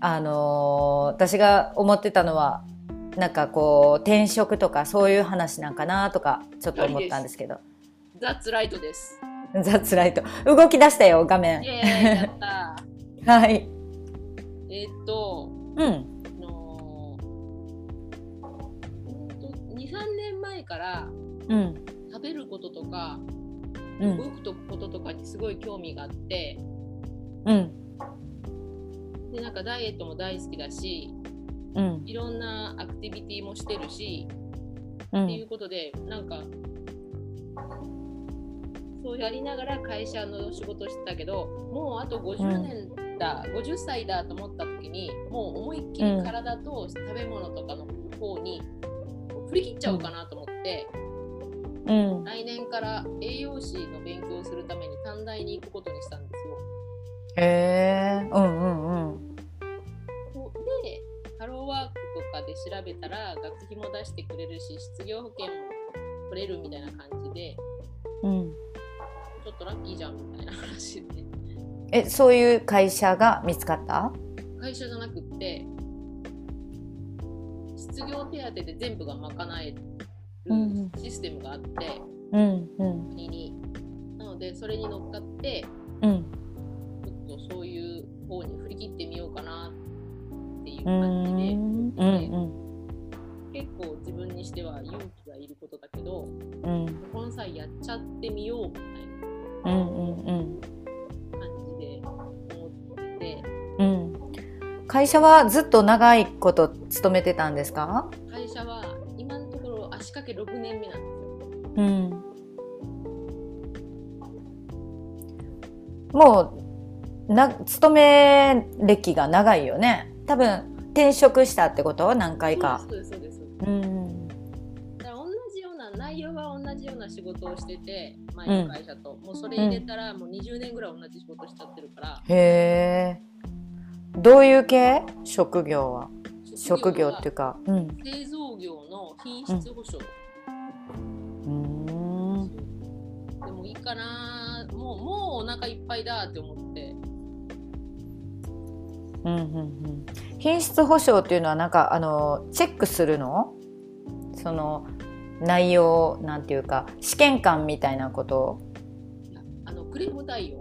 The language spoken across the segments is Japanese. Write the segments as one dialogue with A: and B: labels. A: あのー私が思ってたのはなんかこう転職とかそういう話なんかなとかちょっと思ったんですけど
B: ザッツライトです。
A: 「ザ・ツライト」動き出したよ画
B: イ
A: 面
B: エーイやった ー
A: はい
B: えーっと、
A: うん
B: あのー、2、3年前から
A: うん
B: 食べることとか、
A: う
B: 動
A: ん
B: くとこととかにすごい興味があって、
A: うん
B: でなんかダイエットも大好きだし、
A: うん
B: いろんなアクティビティもしてるし、
A: う
B: ってい
A: ん
B: うことで、なんか、そうやりながら会社の仕事してたけど、もうあと50年だ、50歳だと思った時に、もう思いっきり体と食べ物とかの方に振り切っちゃおうかなと思って、
A: うん
B: 来年から栄養士の勉強をするために短大に行くことにしたんですよ。
A: へえうんうんうん
B: こうでハローワークとかで調べたら学費も出してくれるし失業保険も取れるみたいな感じで
A: うん
B: ちょっとラッキーじゃんみたいな話で
A: えそういう会社が見つかった
B: 会社じゃなくって失業手当で全部が賄える
A: うん
B: システムがあって、
A: うんうん
B: 国になのでそれに乗っかって
A: うん
B: ちょっとそういう方に振り切ってみようかなっていう
A: う
B: 感じで、
A: んうん
B: 結構自分にしては勇気がいることだけど
A: うん
B: この際やっちゃってみようみたい
A: うんうんうん
B: な感じで思ってて
A: うん、会社はずっと長いこと勤めてたんですか、
B: 会社は今のところ足掛け6年目なんですよ。
A: うん、もうな勤め歴が長いよね多分転職したってこと何回か。
B: そうですそうですそうです
A: うん
B: だから同じような内容は同じような仕事をしてて前の会社と、もうそれ入れたらもう20年ぐらい同じ仕事しちゃってるから、
A: へえどういう系職業は職業っていう
B: は
A: か。うん
B: 製造業の品質保証、
A: うん
B: でもいいかなもうもうお腹いっぱいだって思って
A: うんうんうん、品質保証っていうのはなんかあのチェックするのその内容なんていうか試験官みたいなこと
B: いやあのクレーム対応、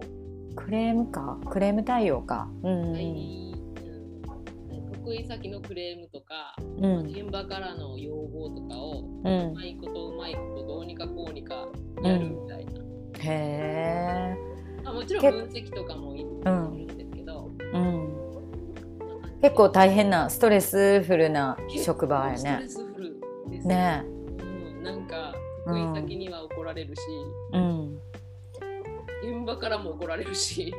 A: クレームかクレーム対応かうん
B: はいうん、得意先のクレームとか
A: うん
B: 現場からの要望とか
A: う
B: をうんまいことうまいことどうにかこうにかやるみたいな、
A: へえ
B: まあ、もちろん
A: け
B: 分析とかもいる
A: うん
B: いるんですけど、
A: うん結構大変なストレスフルな職場や
B: ストレ
A: ね
B: スフルです
A: ね
B: うん、なんか得意先には怒られるし、
A: えうん
B: 現場からも怒られるし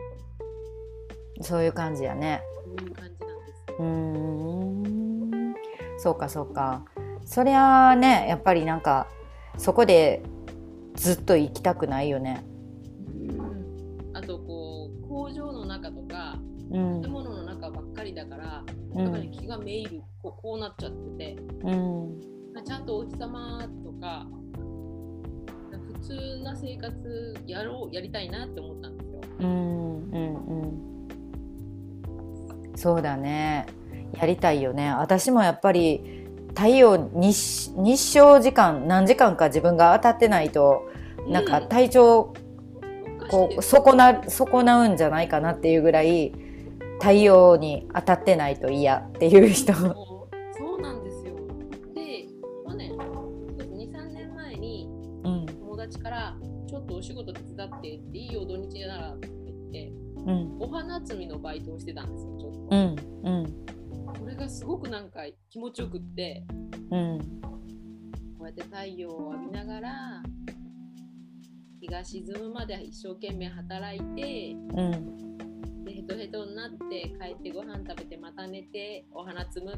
A: そういう感じやね
B: そういう感じなんですよ
A: うーんそうかそうかそりゃあねやっぱりなんかそこでずっと行きたくないよね。
B: あとこう工場の中とか
A: うん
B: 建物の中ばっかりだから、
A: う
B: やっぱり
A: ん
B: 気がめいるこうこうなっちゃってて
A: うん
B: ちゃんとお日様とか普通な生活やろうやりたいなって思ったんですよ。
A: うんうんうんそうだねやりたいよね私もやっぱり太陽日し日照時間何時間か自分が当たってないとなんか体調こう損な損なうんじゃないかなっていうぐらい太陽に当たってないと嫌っていう人。
B: そうそうなんですよ。で、去年、2、3年前に
A: うん
B: 友達から、ちょっとお仕事手伝ってっていいよ、土日ならって言って、
A: うん
B: お花摘みのバイトをしてたんですよ、ちょっ
A: う
B: と。
A: んうん
B: それがすごくなんか気持ちよくって、
A: うん
B: こうやって太陽を浴びながら、日が沈むまで一生懸命働いて、
A: うん
B: でヘトヘトになって、帰ってご飯食べて、また寝て、お花摘む。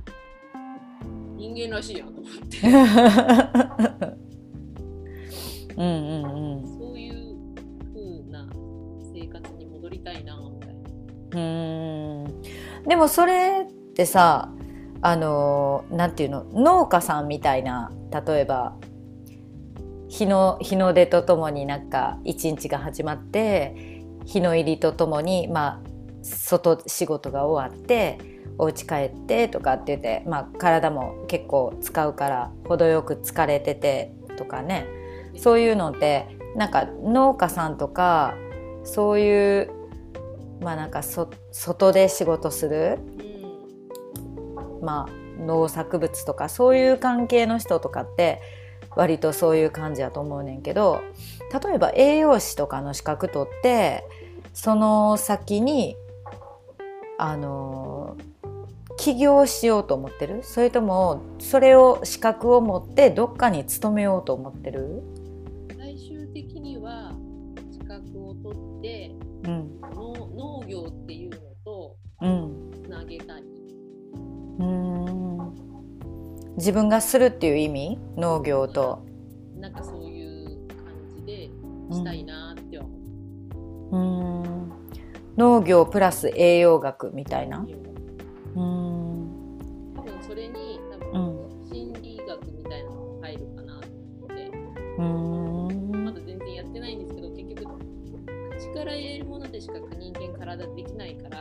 B: 人間らしいやんと思って。
A: うんうん
B: そういう風な生活に戻りたいなみたいな。
A: うんうんでもそれってさあのなんていうの農家さんみたいな例えば日の日の出とともになんか一日が始まって日の入りとともにまあ外仕事が終わってお家帰ってとかって言って、まあ、体も結構使うから程よく疲れててとかねそういうのってなんか農家さんとかそういうまあなんかそ外で仕事する、
B: うん
A: まあ、農作物とかそういう関係の人とかって割とそういう感じやと思うねんけど例えば栄養士とかの資格取ってその先にあの起業しようと思ってるそれともそれを資格を持ってどっかに勤めようと思ってる、
B: 最終的には資格を取って
A: うん
B: 農農業っていうのと
A: うん、
B: つなげたい。
A: うん自分がするっていう意味農業と。
B: なんかそういう感じでしたいなっては思っ
A: うん農業プラス栄養学みたいな
B: て。る、
A: うん
B: 多分それに多
A: う
B: 分
A: ん
B: 心理学みたいなのも入るかなと思って、
A: うー
B: ま
A: ん
B: だ全然やってないんですけど結局口から言えるものでしか人間体できないからだ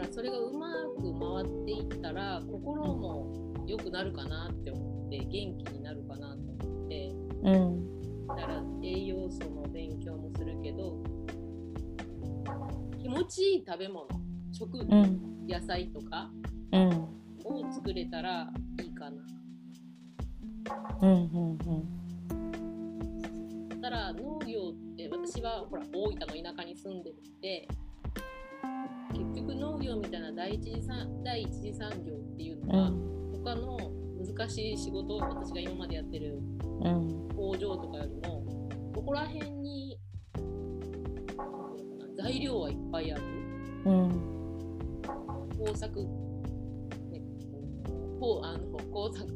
B: からそれがうまく回っていったら心も良くなるかなって思って元気になるかなと思って。
A: うん
B: だから栄養素の勉強もするけど気持ちいい食べ物食、
A: うん
B: 野菜とか
A: うん
B: を作れたらいいかな
A: うんうん
B: だから農業って私はほら大分の田舎に住んでるんで結局農業みたいな第一次産第一次産業っていうの
A: うん
B: は他の難しい仕事私が今までやってる
A: うん
B: 工場とかよりもここら辺になんていうのかな材料はいっぱいある
A: うん
B: 工作、ね、こうあの工作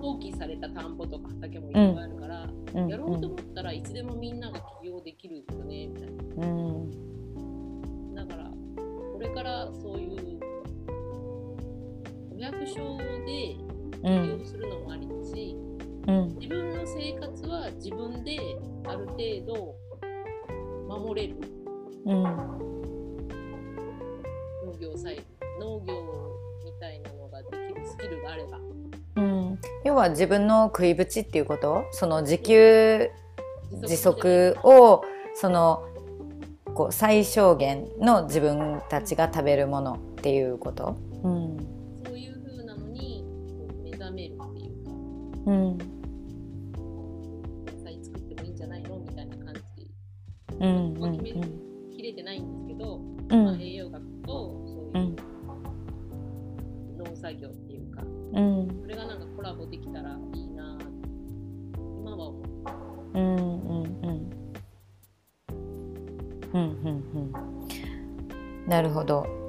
B: 放棄された田んぼとか畑もいっぱいあるから、
A: うん
B: やろうと思ったらいつでもみんなが起業できるよねみたい
A: うん
B: なだからこれからそういうお役所で
A: う
B: 起
A: ん
B: 業するのもありだし、
A: うん
B: 自分の生活は自分である程度守れる
A: うん
B: 農業さえ農業みたいなのができるスキルがあれば。
A: うん要は自分の食いぶちっていうことその自給自足をそのこう最小限の自分たちが食べるものっていうことうん
B: そういう風なのにこう目覚めるっていうか、
A: うん
B: 野菜作ってもいいんじゃないのみたいな感じ、
A: うんうん
B: 切れてないんですけど、
A: う
B: まあ、
A: ん
B: 栄養学とそう
A: う
B: いうん農作業っていうか、
A: うん
B: それがなんかコラボできたらいいなぁ今は思う。
A: うんうんうんうんうんうんなるほど